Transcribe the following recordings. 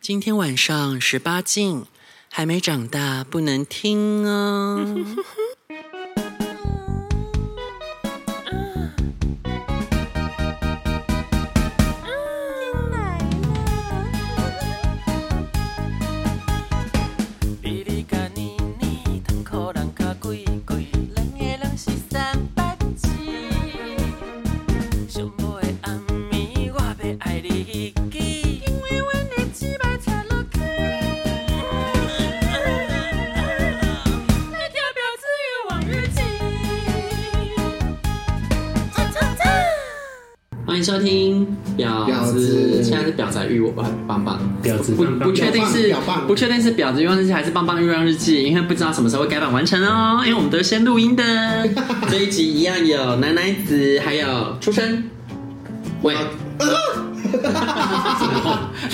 今天晚上十八禁，还没长大不能听哦。比你甲年年，通互人较贵贵，两个人是三八七。寂寞的暗暝，我要爱你去，因为阮的姊妹插落去。那条表只有往日情。欢迎收听婊婊子，子现在是婊仔欲我吧，棒棒。婊子不棒棒不确定是婊棒不确定是婊子欲望日记还是棒棒欲望日记，因为不知道什么时候会改版完成哦，因为我们都是先录音的。 这一集一样有奶奶子，呃还有出生。 喂，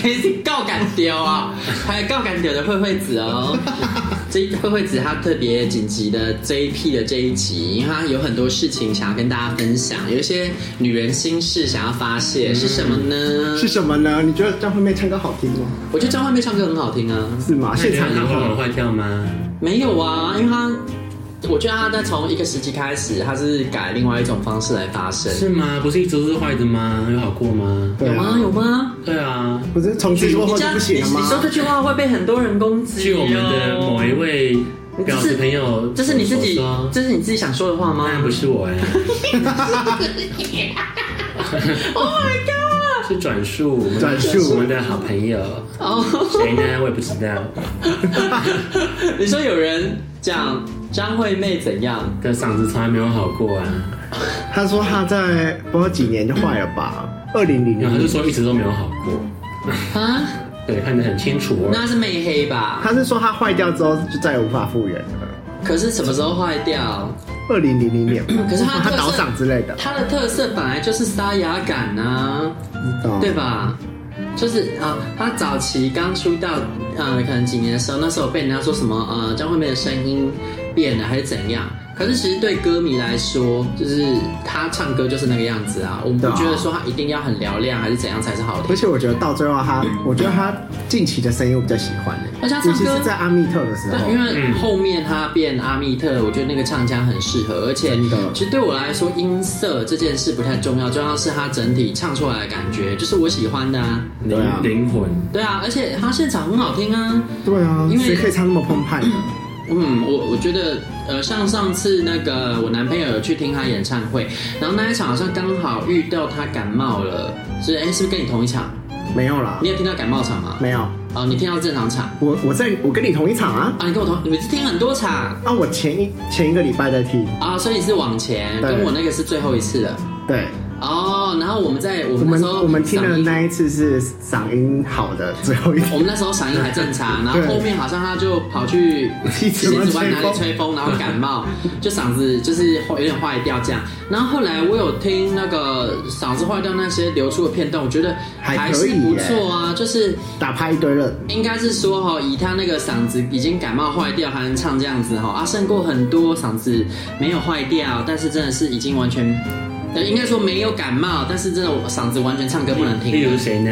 你是够敢丢啊、还有够敢丢的慧慧子哦。 这一慧慧子她特别紧急的这一批的这一集，因为她有很多事情想要跟大家分享，有一些女人心事想要发泄，是什么呢？是什么呢？你觉得张惠妹唱歌好听吗？我觉得张惠妹唱歌很好听啊。是吗？现场能够也往好。坏跳吗？没有啊，因为他，我觉得他在从一个时期开始，他是改另外一种方式来发声。是吗？不是一直都是坏的吗？有好过吗？对有吗？啊，有吗？对啊，不是重新过后你这就样不行你了你说吗这？句话会被很多人攻击、哦。据我们的某一，位婊子朋友这是你自己所说，这是你自己想说的话吗当？然不是我哎、 Oh my god！是转述我们的转述我们的好朋友哦，谁呢？我也不知道 你说有人讲张惠妹怎样？的嗓子从来没有好过啊，他说他在不知道几年就坏了吧？二零零然后他就零。说一直都没有好过，啊？对，看得很清楚哦。那是媚黑吧？他是说他坏掉之后就再也无法复原了。可是什么时候坏掉？二零零零年吧，可是他他特色倒嗓之类的，她的特色本来就是沙哑感啊。哦对？吧？就是啊、呃他早期刚出道，呃，可能几年的时候，那时候被人家说什么呃，张惠妹的声音变了还是怎样？可是其实对歌迷来说，就是她唱歌就是那个样子啊，我们不对啊觉得说她一定要很嘹亮还是怎样才是好听而。且我觉得到最后他，我觉得他近期的声音我比较喜欢欸而且他唱尤歌其是在阿密特的时候对，，因为后面他变阿密特，我觉得那个唱腔很适合，而且真的其实对我来说，音色这件事不太重要，重要是他整体唱出来的感觉，就是我喜欢的啊。对啊灵灵魂，对啊，而且他现场很好听啊。对啊因，为谁可以唱那么澎湃呢？嗯，我我觉得，呃，像上次那个我男朋友有去听他演唱会，然后那一场好像刚好遇到他感冒了，所以哎，是不是跟你同一场？没有啦你，有听到感冒场吗？没有，哦，你听到正常场我我在我跟你同一场啊，啊？你跟我同，你们是听很多场啊，我前一前一个礼拜在听，啊，所以你是往前，对跟我那个是最后一次了。对。哦，然后我们在我我们那们时候我们听的嗓音那一次是嗓音好的最后一我天，们那时候嗓音还正常，然后 对后面好像他就跑 去一直玩湾哪里吹风吹风，然后感冒， 就嗓子就是有点坏掉这样。然后后来我有听那个嗓子坏掉那些流出的片段，我觉得还还可是以不耶错啊，就是。打趴一堆人，应该是说哈，以他那个嗓子已经感冒坏掉还能唱这样子哈，啊，胜过很多嗓子没有坏掉，但是真的是已经完全，呃，应该说没有感冒，但是真的我嗓子完全唱歌不能听。啊例如谁呢？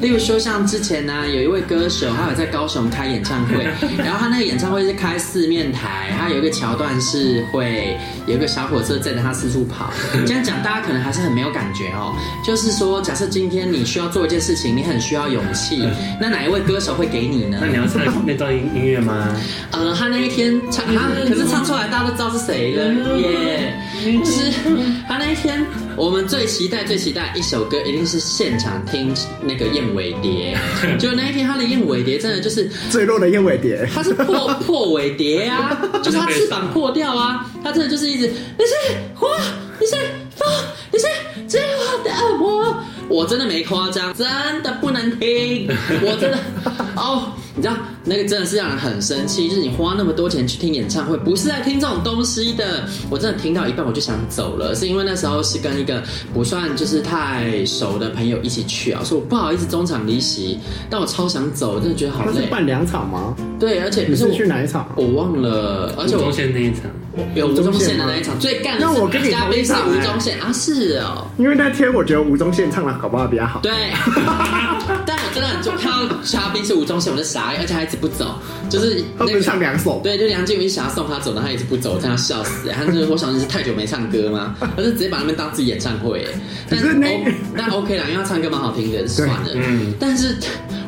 例如说，像之前呢、有一位歌手，他有在高雄开演唱会，然后他那个演唱会是开四面台，他有一个桥段是会有一个小火车载着他四处跑。这样讲，大家可能还是很没有感觉哦。就是说，假设今天你需要做一件事情，你很需要勇气，那哪一位歌手会给你呢那？你要唱那段音音乐吗？呃，他那一天唱，他可是唱出来大家都知道是谁了耶。就是他那一天，我们最期待、最期待一首歌，一定是现场听那个燕尾蝶。就那一天，他的燕尾蝶真的就是，最弱的燕尾蝶，他是破破尾蝶 啊，就是他翅膀破掉啊，他真的就是一直你是花，你是风，你是最好的恶魔。我真的没夸张，真的不能 听，我真的哦，你知道那个真的是让人很生气，就是你花那么多钱去听演唱会，不是在听这种东西的。我真的听到一半我就想走了，是因为那时候是跟一个不算就是太熟的朋友一起去啊，所以我不好意思中场离席，但我超想走，真的觉得好他是累。办两场吗？对，而且你可是是我去哪一场？啊我忘了，而且吴宗我宪那一场，有吴宗宪吴宗宪的吗那一场最干的是，那我跟你嘉同宾一是场吴哎宗宪啊，是哦， 因为那天我觉得吴宗宪唱的搞不好比较好，对，但我真的很重，看到嘉宾是吴宗宪，我就傻眼，而且他一直不走，就是他那们个唱两首，对，就梁静茹想要送他走，然后他一直不走，我真的要笑死、欸。他就是我想的是太久没唱歌吗？他就直接把他们当自己演唱会、欸。但可是那 O 但 OK 啦，因为他唱歌蛮好听的，算了。嗯但是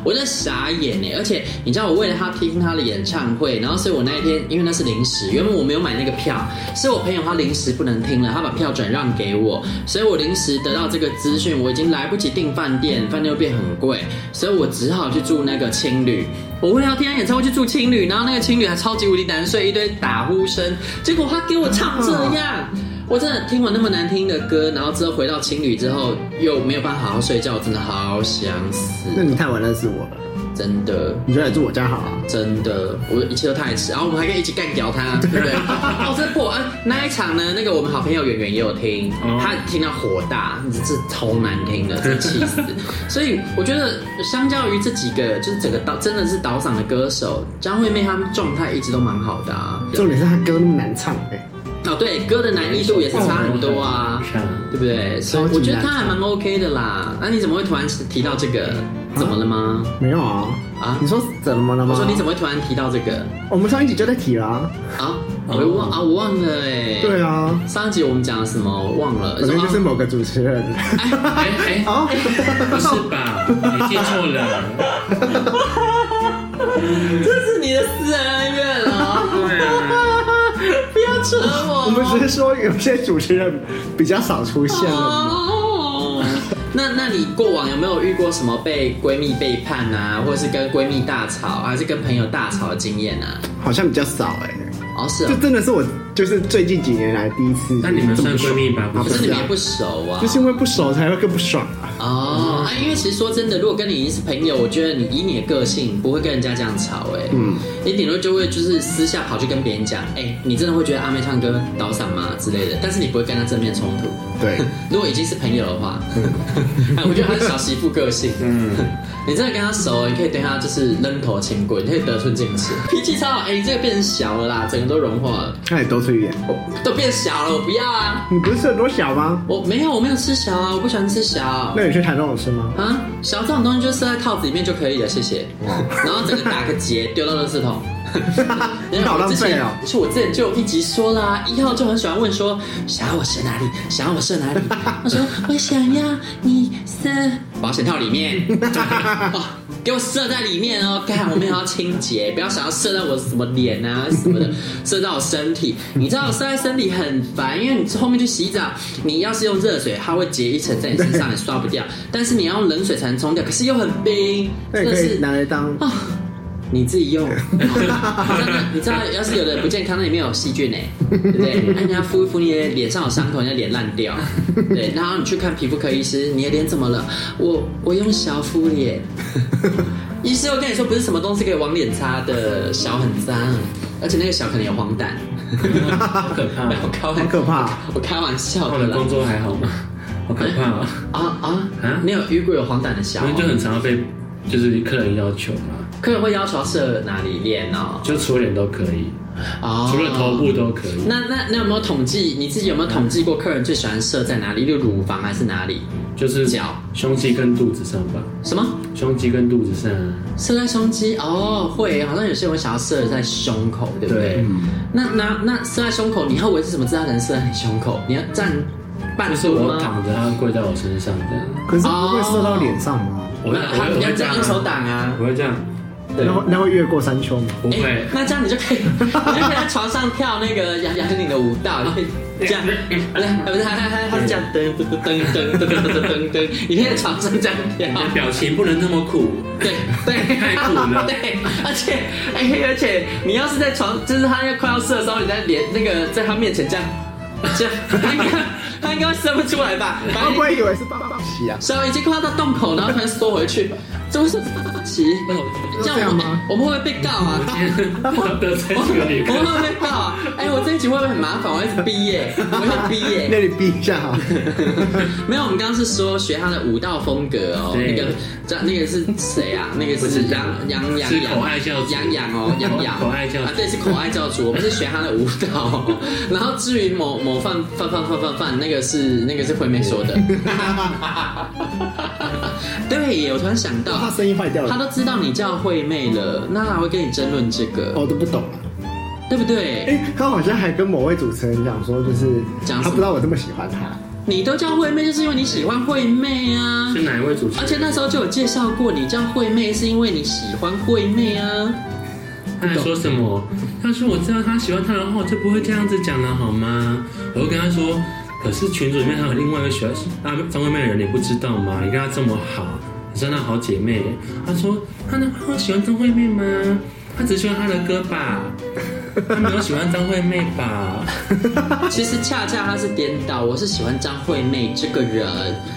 我在傻眼哎、而且你知道我为了他听他的演唱会，然后所以我那一天因为那是临时，原本我没有买那个票，是我朋友他临时不能听了，他把票转让给我，所以我临时得到这个资讯，我已经来不及订饭店，饭店又变很贵，所以我只好去住那个青旅。我为了要听他演唱会去住青旅，然后那个青旅还超级无敌难睡，一堆打呼声，结果他给我唱这样。我真的听完那么难听的歌，然后之后回到青旅之后又没有办法好好睡觉，我真的好想死。那你太晚认识我了，真的，你就来住我家好了。真的，我一切都太迟，然后我们还可以一起干掉 他，对不对？哦，这破案那一场呢，那个我们好朋友圆圆也有听，哦他听到火大，这这超难听的，真气死。所以我觉得，相较于这几个，就是整个导真的是导赏的歌手，张惠妹他们状态一直都蛮好的啊。重点是他歌那么难唱，哎，哦，对，歌的难易度也是差很多啊。是啊。对不对？所以超级我觉得难他还蛮 OK 的啦。那你怎么会突然提到这个？啊怎么了吗？没有啊啊啊！你说怎么了吗？我说你怎么会突然提到这个？我们上一集就在提了啊。啊，我又忘啊，我忘了哎。对啊，上一集我们讲了什么？我忘了。反正就是某个主持人。哎哎，啊哦，不是吧？你记错了。这是你的私人恩怨 了，对啊，不要扯我。 我们只是说有些主持人比较少出现了。哦那那你过往有没有遇过什么被闺蜜背叛啊，或者是跟闺蜜大吵，还是跟朋友大吵的经验啊？好像比较少哎、哦，是哦这真的是我就是最近几年来第一次。那你们算闺蜜吧啊可是你不们啊也不熟啊。就是因为不熟才会更不爽啊。哦，啊，因为其实说真的，如果跟你已经是朋友，我觉得你以你的个性不会跟人家这样吵、哎，嗯，你顶多就会就是私下跑去跟别人讲，哎、你真的会觉得阿妹唱歌倒嗓吗之类的，但是你不会跟她正面冲突。对，如果已经是朋友的话， 哎我觉得她是小媳妇个性，嗯，你真的跟她熟，你可以对她就是扔头轻棍，你可以得寸进 尺，脾气超好，哎、你这个变小了啦，整个都融化了，那你多吃一点。都变小了，我不要啊，你不是吃很多小吗？我没有，我没有吃小啊，我不喜欢吃小。那你去台中有吃吗？啊，小这种东西就是在套子里面就可以了，谢谢。然后整个打个结，丢到垃圾 桶。 你好浪费哦我之前就我之前就有一集说啦，一号就很喜欢问说，想要我射哪里？想要我射哪 里？他说我想要你射保险套里面。 哦给我射在里面哦！看我们也要清 洁，不要想要射到我什么脸啊什么的， 射到我身体。你知道射在身体很烦，因为你后面去洗澡，你要是用热水，它会结一层在你身上，也刷不掉。但是你要用冷水才能冲掉，可是又很冰，那真的你可是以拿来当啊、你自己 用。你知道你知道，要是有的不健康，那里面有细菌哎、对不对？那人家敷一敷，你的脸上有伤口，人家脸烂掉。对，然后你去看皮肤科医师，你的脸怎么了？我我用小敷脸。医师我跟你说，不是什么东西可以往脸擦的，小很脏，而且那个小可能有黄疸。啊好可怕！我开好玩可怕、我开玩笑后的来啦工。作还好吗？好可怕啊！啊啊啊！你有遇过有黄疸的小哦？我们就很常要被就是客人要求嘛，客人会要求要射哪里脸哦？就除了脸都可以，哦除了头部都可以，那那那有没有统计？你自己有没有统计过客人最喜欢射在哪里？例如乳房还是哪里？就是脚胸肌跟肚子上吧，什么胸肌跟肚子上啊，射在胸肌？哦，会，好像有些人想要射在胸口，对不对？对那那那射在胸口，你要维持什么姿势才能射在你胸口？你要站半就是蹲我吗？躺着，他跪在我身上这样，可是不会射到脸上吗？我会那我会你我要会这这样样用手啊，挡啊我。会这样，对那，会那会越过山丘吗？不哎会，那这样你就可以，你就可以在床上跳那个杨杨丞琳的舞蹈，你可以这样，来，不是，他他他他是这样噔噔噔噔噔噔噔噔，你可以在床上这样跳你。的表情不能那么苦， 对对，太苦 了对，而且哎、而且你要是在床，就是他要快要射的时候，你在脸那个在他面前这样，这样，他应该他应该会射不出来吧？哦他会不会以为是爸爸洗啊？手已经快要到洞口，然后突然缩回去，这不是奇，那我这这样我样们吗我们会不会被告啊？我得罪几个女我会客，不会被告啊？哎、我这一集会不会很麻烦？我一直逼耶、我想逼耶、那你逼一下好。没有，我们刚刚是说学他的舞蹈风格哦。对那个，这那个是谁啊？那个不是知道杨杨杨是杨口爱教主杨洋哦，杨洋口爱教主啊，对，是口爱教主。我们是学他的舞蹈哦，然后至于某某范范范范范范，那个是那个是惠妹说的。对耶，我突然想到，他声音坏掉他了，都知道你叫惠妹了，那还会跟你争论这个，我都不懂。对不对？哎，他好像还跟某位主持人讲说，就是讲什么他不知道我这么喜欢他。你都叫惠妹，就是因为你喜欢惠妹啊。是哪一位主持人？而且那时候就有介绍过，你叫惠妹是因为你喜欢惠妹啊。他还说什么？他说我知道他喜欢他的话，我就不会这样子讲了，好吗？我就跟他说，可是群组里面还有另外一个喜欢啊张惠妹的人，你不知道吗？你跟她这么好，你是她好姐妹。他说他能他喜欢张惠妹吗？他只喜欢她的歌吧，他没有喜欢张惠妹 吧？其实恰恰他是颠倒，我是喜欢张惠妹这个人，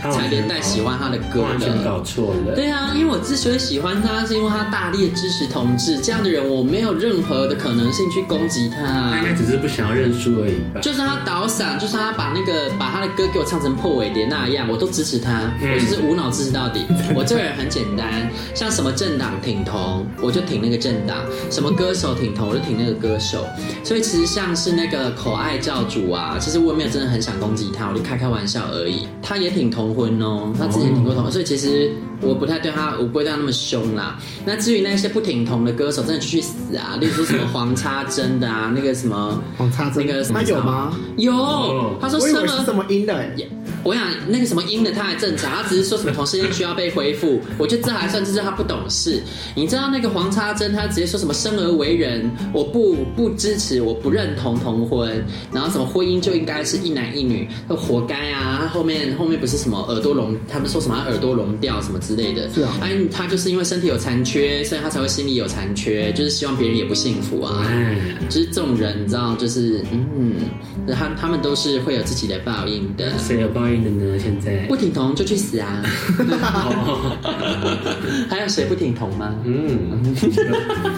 他才完全连带喜欢她的歌完全的。搞错了。对啊，因为我之所以喜欢她，是因为她大力地支持同志，这样的人我没有任何的可能性去攻击她他。应该只是不想要认输而已吧？就算他倒嗓，就算他把那个把他的歌给我唱成破尾蝶那样，我都支持他，嗯我就是无脑支持到底。我这个人很简单，像什么政党挺同，我就挺那个政党；什么歌手挺同，我就挺那个歌手。所以其实像是那个口爱教主啊，其实我也没有真的很想攻击他，我就开开玩笑而已。他也挺同婚哦，他之前挺过同婚，所以其实我不太对他，我不会对他那么凶啦。那至于那些不挺同的歌手，真的就去死啊！例如说什么黄插针的啊，那个什么。黄叉那真个什么他有吗？？有，他说哦我以什为是什么？么音的哎，我想那个什么阴的他还正常，他只是说什么同性恋需要被恢复，我觉得这还算是他不懂事。你知道那个黄插针，他直接说什么生而为人，我不不支持，我不认同同婚，然后什么婚姻就应该是一男一女，那活该啊！他后面后面不是什么耳朵聋，他们说什么他耳朵聋掉什么之类的，是啊哎，他就是因为身体有残缺，所以他才会心里有残缺，就是希望别人也不幸福啊。哎，就是这种人，你知道，就是嗯，他他们都是会有自己的报应的。谁有报应的呢？现在不挺同就去死 啊！哦还有谁不挺同吗？ 嗯，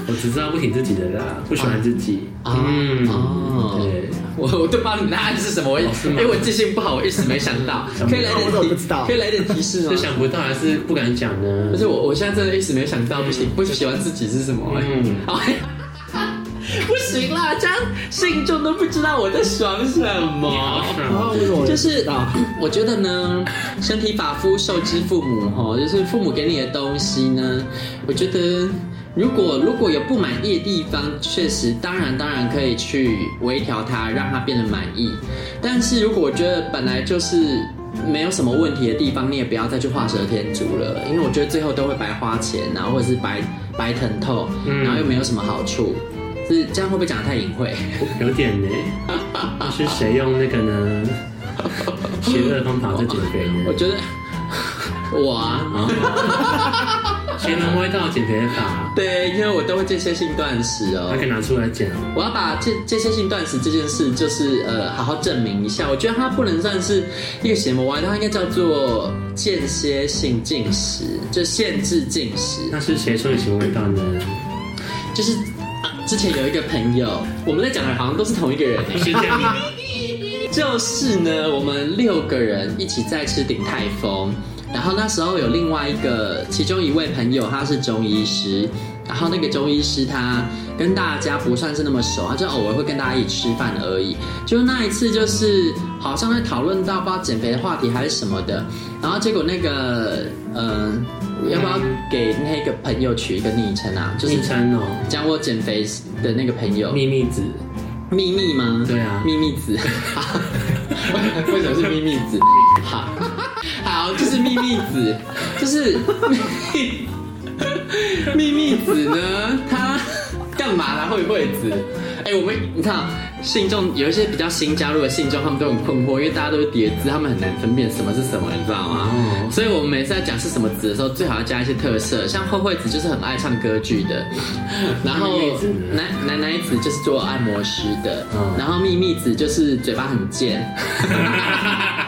我只知道不挺自己的啦，不喜欢自己。啊嗯，哦对，我我都不知道你的答案是嗯哦什么，我因是吗为我记性不好，我一时没想到。想不可到以来点我怎么提不知道可以来点提示吗是？想不到还是不敢讲呢？可是我我现在真的一时没想到，不行，不喜欢自己是什么、哎嗯哎 不行啦，这样信众都不知道我在爽什么。然后为哦什么我就知是道我觉得呢，身体发肤受之父母吼，就是父母给你的东西呢，我觉得如果如果有不满意的地方，确实当然当然可以去微调它，让它变得满意。但是如果我觉得本来就是。没有什么问题的地方，你也不要再去画蛇添足了，因为我觉得最后都会白花钱，然后或者是白白疼痛，嗯然后又没有什么好处，是这样会不会讲的太隐晦？ 有点呢。是谁用那个呢？邪恶的方法在减肥我呢？觉得 我啊，邪门歪道减肥法，对，因为我都会间歇性断食哦他可。以拿出来讲。我要把间间歇性断食这件事，就是呃，好好证明一下。我觉得它不能算是一个邪魔歪道，它应该叫做间歇性进食，就限制进食。那是谁说你邪门歪道呢？就是、啊、之前有一个朋友，我们在讲的好像都是同一个人欸、是这样吗？就是呢，我们六个人一起在吃鼎泰丰，然后那时候有另外一个，其中一位朋友他是中医师，然后那个中医师他跟大家不算是那么熟，他就偶尔会跟大家一起吃饭而已。就那一次，就是好像在讨论到不知道减肥的话题还是什么的，然后结果那个呃，要不要给那个朋友取一个昵称啊？就是昵称哦，讲我减肥的那个朋友，秘密子，秘密吗？对啊秘密子。 为什么是秘密子？好，好，就是秘密子，就是 秘秘密子呢，他干嘛啦？会不会子？哎、我们你看啊，信众有一些比较新加入的信众，他们都很困惑，因为大家都是叠字，他们很难分辨什么是什么，你知道吗？哦所以我们每次在讲是什么子的时候，最好要加一些特色，像慧慧子就是很爱唱歌剧的，然后秘密子呢男男男子就是做按摩师的，嗯然后秘密子就是嘴巴很贱，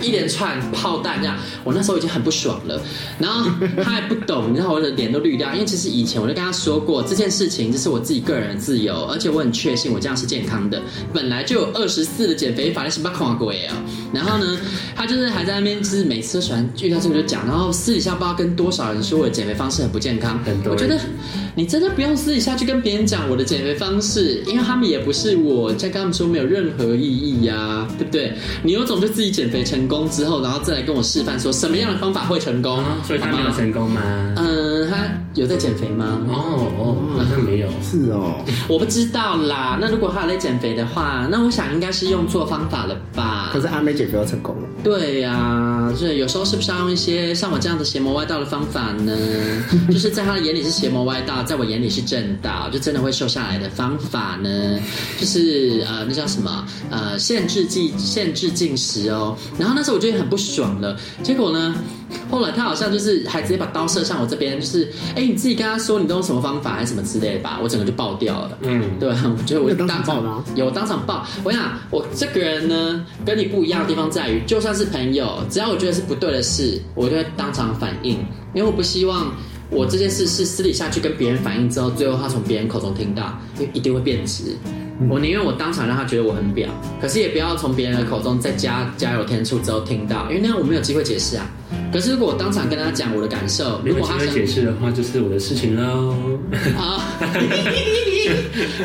一连串炮弹这样，我那时候已经很不爽了，然后他还不懂，然后我的脸都绿掉，因为其实以前我就跟他说过这件事情，这是我自己个人的自由，而且我很确信我这样是健康的，本来就有二十四的减肥法，你是不要看鬼啊。然后呢，他就是还在那边，就是每次都喜欢遇到这个就讲，然后私底下不知道跟多少人说我的减肥方式很不健康很，多我觉得人你真的不用私底下去跟别人讲我的减肥方式，因为他们也不是我在跟他们说没有任何意义呀、对不对？你有种就自己减肥成功之后，然后再来跟我示范说什么样的方法会成功，哦，所以他没好有吗成功吗？嗯，他有在减肥吗？哦哦，好像没有。是哦，我不知道啦。那如果他有在减肥的话，那我想应该是用错方法了吧？可是阿妹减肥要成功了，对呀、这有时候是不是要用一些像我这样的邪魔歪道的方法呢？就是在他的眼里是邪魔歪道，在我眼里是正道，就真的会瘦下来的方法呢？就是呃，那叫什么？呃，限制进限制进食哦。然后那时候我就很不爽了，结果呢？后来他好像就是还直接把刀射向我这边，就是哎、你自己跟他说你都用什么方法还是什么之类的吧，我整个就爆掉了。嗯，对，啊我觉得我有当场场爆吗有当场爆。我想我这个人呢，跟你不一样的地方在于，就算是朋友，只要我觉得是不对的事，我就会当场反应，因为我不希望我这件事是私底下去跟别人反映之后，最后他从别人口中听到，因为一定会变质。嗯我宁愿我当场让他觉得我很表，可是也不要从别人的口中再加加油添醋之后听到，因为那样我没有机会解释啊。可是如果我当场跟他讲我的感受，如如果果他他想解释的话，就是我的事情喽。啊，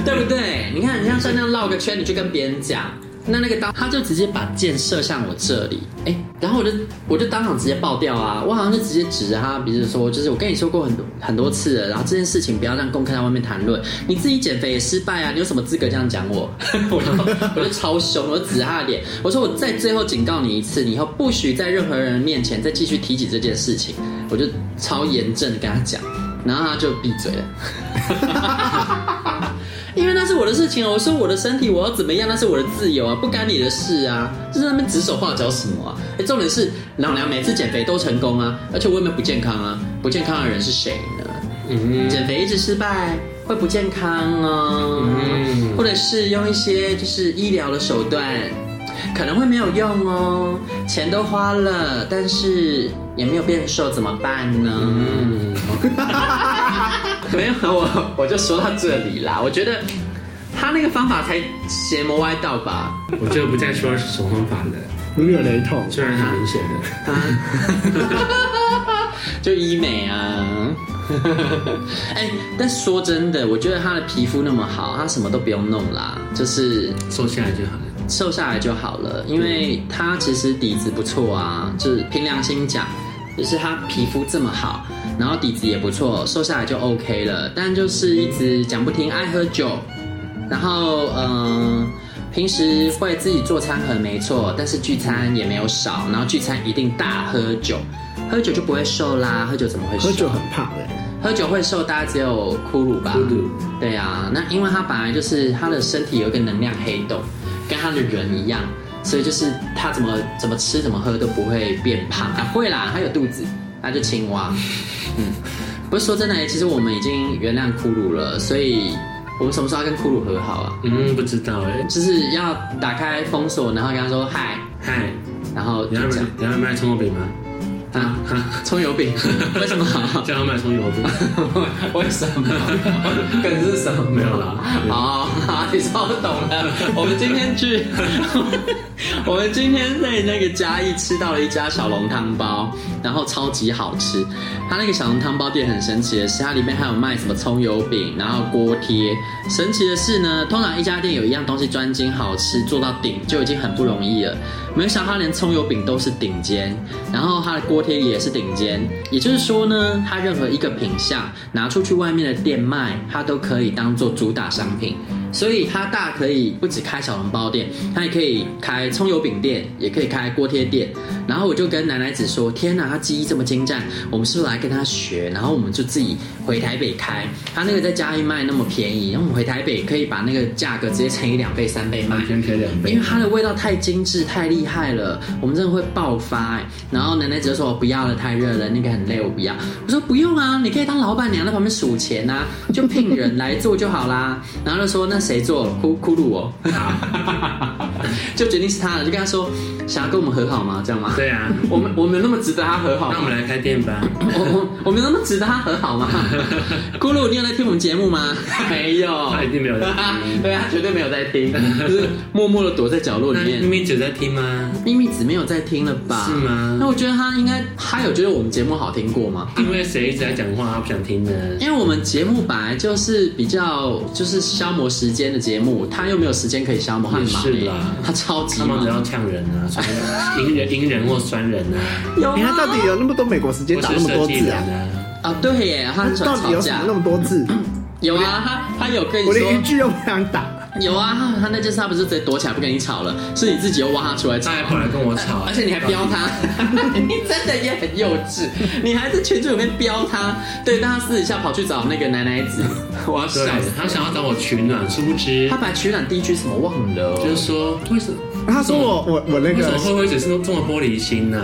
对不对？你看，你像像那样绕个圈，你去跟别人讲，那那个刀他就直接把箭射向我这里，哎，然后我就我就当场直接爆掉啊！我好像就直接指着他鼻子说，就是我跟你说过很多很多次了，然后这件事情不要让公开在外面谈论，你自己减肥也失败啊，你有什么资格这样讲我？ 我就我就超凶，我就指着他的脸，我说我再最后警告你一次，你以后不许在任何人面前再继续提起这件事情，我就超严正的跟他讲。然后他就闭嘴了。因为那是我的事情啊，我说我的身体我要怎么样，那是我的自由啊，不干你的事啊，就是那边指手画脚什么啊？哎，重点是老娘每次减肥都成功啊，而且我也没有不健康啊，不健康的人是谁呢？嗯，减肥一直失败会不健康哦，嗯或者是用一些就是医疗的手段，可能会没有用哦，钱都花了，但是也没有变瘦，怎么办呢？嗯，没有，我我就说到这里啦。我觉得他那个方法才邪魔歪道吧。 我就不再说是什么方法了，如有雷同。虽然很明显的。就医美啊。 哎、但说真的，我觉得他的皮肤那么好，他什么都不用弄啦，就是瘦下来就好了。瘦下来就好了。因为他其实底子不错啊，就是凭良心讲，就是他皮肤这么好，然后底子也不错，瘦下来就 OK 了。但就是一直讲不听，爱喝酒，然后嗯、呃平时会自己做餐盒没错，但是聚餐也没有少，然后聚餐一定大喝酒。喝酒就不会瘦啦，喝酒怎么会瘦？喝酒很胖哎、喝酒会瘦，大家只有骷髅吧？骷髅对啊，那因为他本来就是他的身体有一个能量黑洞，跟他的人一样，所以就是他怎么怎么吃怎么喝都不会变胖啊，会啦，他有肚子，他就青蛙。嗯，不是说真的、其实我们已经原谅骷髅了，所以我们什么时候要跟骷髅和好啊？嗯，不知道哎。就是要打开封锁，然后跟他说嗨，嗨，然后你就要这买样你要买葱油饼吗？啊，葱油饼， 为什么？ 叫他买葱油饼。 为什么？ 梗是什么？没有啦没有哦， 好，你说我懂了。我们今天去， 我们今天在那个嘉义吃到了一家小笼汤包，然后超级好吃。它那个小笼汤包店很神奇的是，它里面还有卖什么葱油饼，然后锅贴。神奇的是呢，通常一家店有一样东西专精好吃做到顶就已经很不容易了，没想到它连葱油饼都是顶尖，然后它的锅贴也是顶尖。也就是说呢，它任何一个品项拿出去外面的店卖，它都可以当做主打商品。所以它大可以不止开小笼包店，它也可以开葱油饼店，也可以开锅贴店。然后我就跟奶奶子说：“天哪，他技艺这么精湛，我们是不是来跟他学？”然后我们就自己回台北开。他那个在嘉义卖那么便宜，然后我们回台北可以把那个价格直接乘以两倍、三倍卖。完全可以两倍因为。它的味道太精致、太厉害了，我们真的会爆发哎、然后奶奶只是说：“我不要了，太热了，那个很累，我不要。”我说：“不用啊，你可以当老板娘，在旁边数钱呐、就聘人来做就好啦。”然后就说：“那谁做？哭哭噜我。” 就决定是他了，就跟他说：“想要跟我们和好吗？这样吗？”对啊，我们我们有那么值得他和好吗？那我们来开店吧。我我我们有那么值得他和好 吗？咕噜，你有在听我们节目吗？没 有，他一定没有在听对啊他绝对没有在听，就是默默的躲在角落那里咪 面。咪姐在听吗？咪咪子没有在听了吧？是吗那我觉得他应该，他有觉得我们节目好听过吗？因为谁一直在讲话，他不想听呢？因为我们节目本来就是比较就是消磨时间的节目，他又没有时间可以消磨，他很忙也是耶啦他超级他们忙只。要呛人啊，酸人、阴人、阴人或酸人啊，有你看吗？哎 到底有那么多美国时间或打那是么设多计字人啊？啊，啊，对耶，他很喜欢到底吵有什架么那。么多字？有啊，他他有跟你我说，连一句都不想打。有啊，他他那件事他不是直接躲起来不跟你吵了，是你自己又挖他出来吵他。还跑来跟我吵，而且你还飙他，你真的也很幼稚，你还在群组里面飙他，对，但他私底下跑去找那个奶奶子，我要笑对死，。他想要找我取暖，殊不知他把取暖第一句什么忘了哦、就是说为什么他说我我我那为什个啊么，慧慧姐是这么玻璃心呢？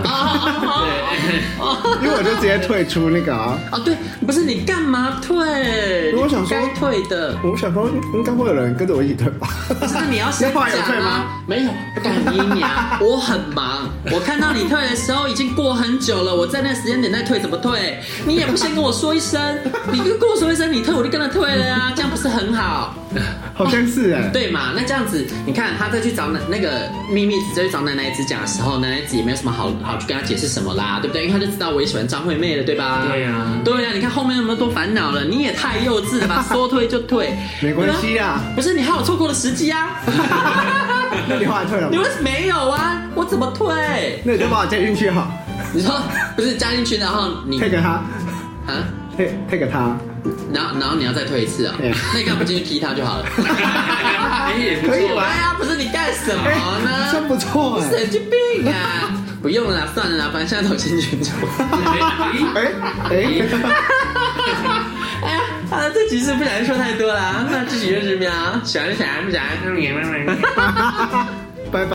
因为我就直接退出那个啊。哦，对，不是你干嘛退？我想说你该退的。我想说，应该会有人跟着我一起退吧？不是你要先 要不讲然有退啊吗？没有，不敢你娘，我很忙。我看到你退的时候已经过很久了，我在那时间点再退怎么退？你也不先跟我说一声，你就跟我说一声你退，我就跟着退了啊，这样不是很好？好像是哎，哦对嘛？那这样子，你看他再去找奶那个秘密子再去找奶奶子讲的时候，奶奶子也没有什么好好去跟他解释什么啦，对不对？因为他就知道我也喜欢张惠妹了，对吧？对啊对呀、你看后面有没有多烦恼了？你也太幼稚了吧，说退就退，没关系啊对吧不是你害我错过了时机啊！ 那你后来退了你吗？为什么 没有啊？我怎么退？那你就把我加进去好，你说不是加进去，然后你退给他，啊，退退给他，然后然后你要再退一次啊、对那你干嘛不进去踢他就好 了？哎，也不可以对吧？啊，不是你干什么呢？真不错哎神经病啊！不用了啦，算了啦，反正现在都进 群组。错，哎哎，哎呀，好了，这集是不小心说太多了，那这集就是喵，想就想，不想就让你慢慢。拜拜。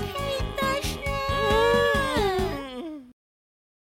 看。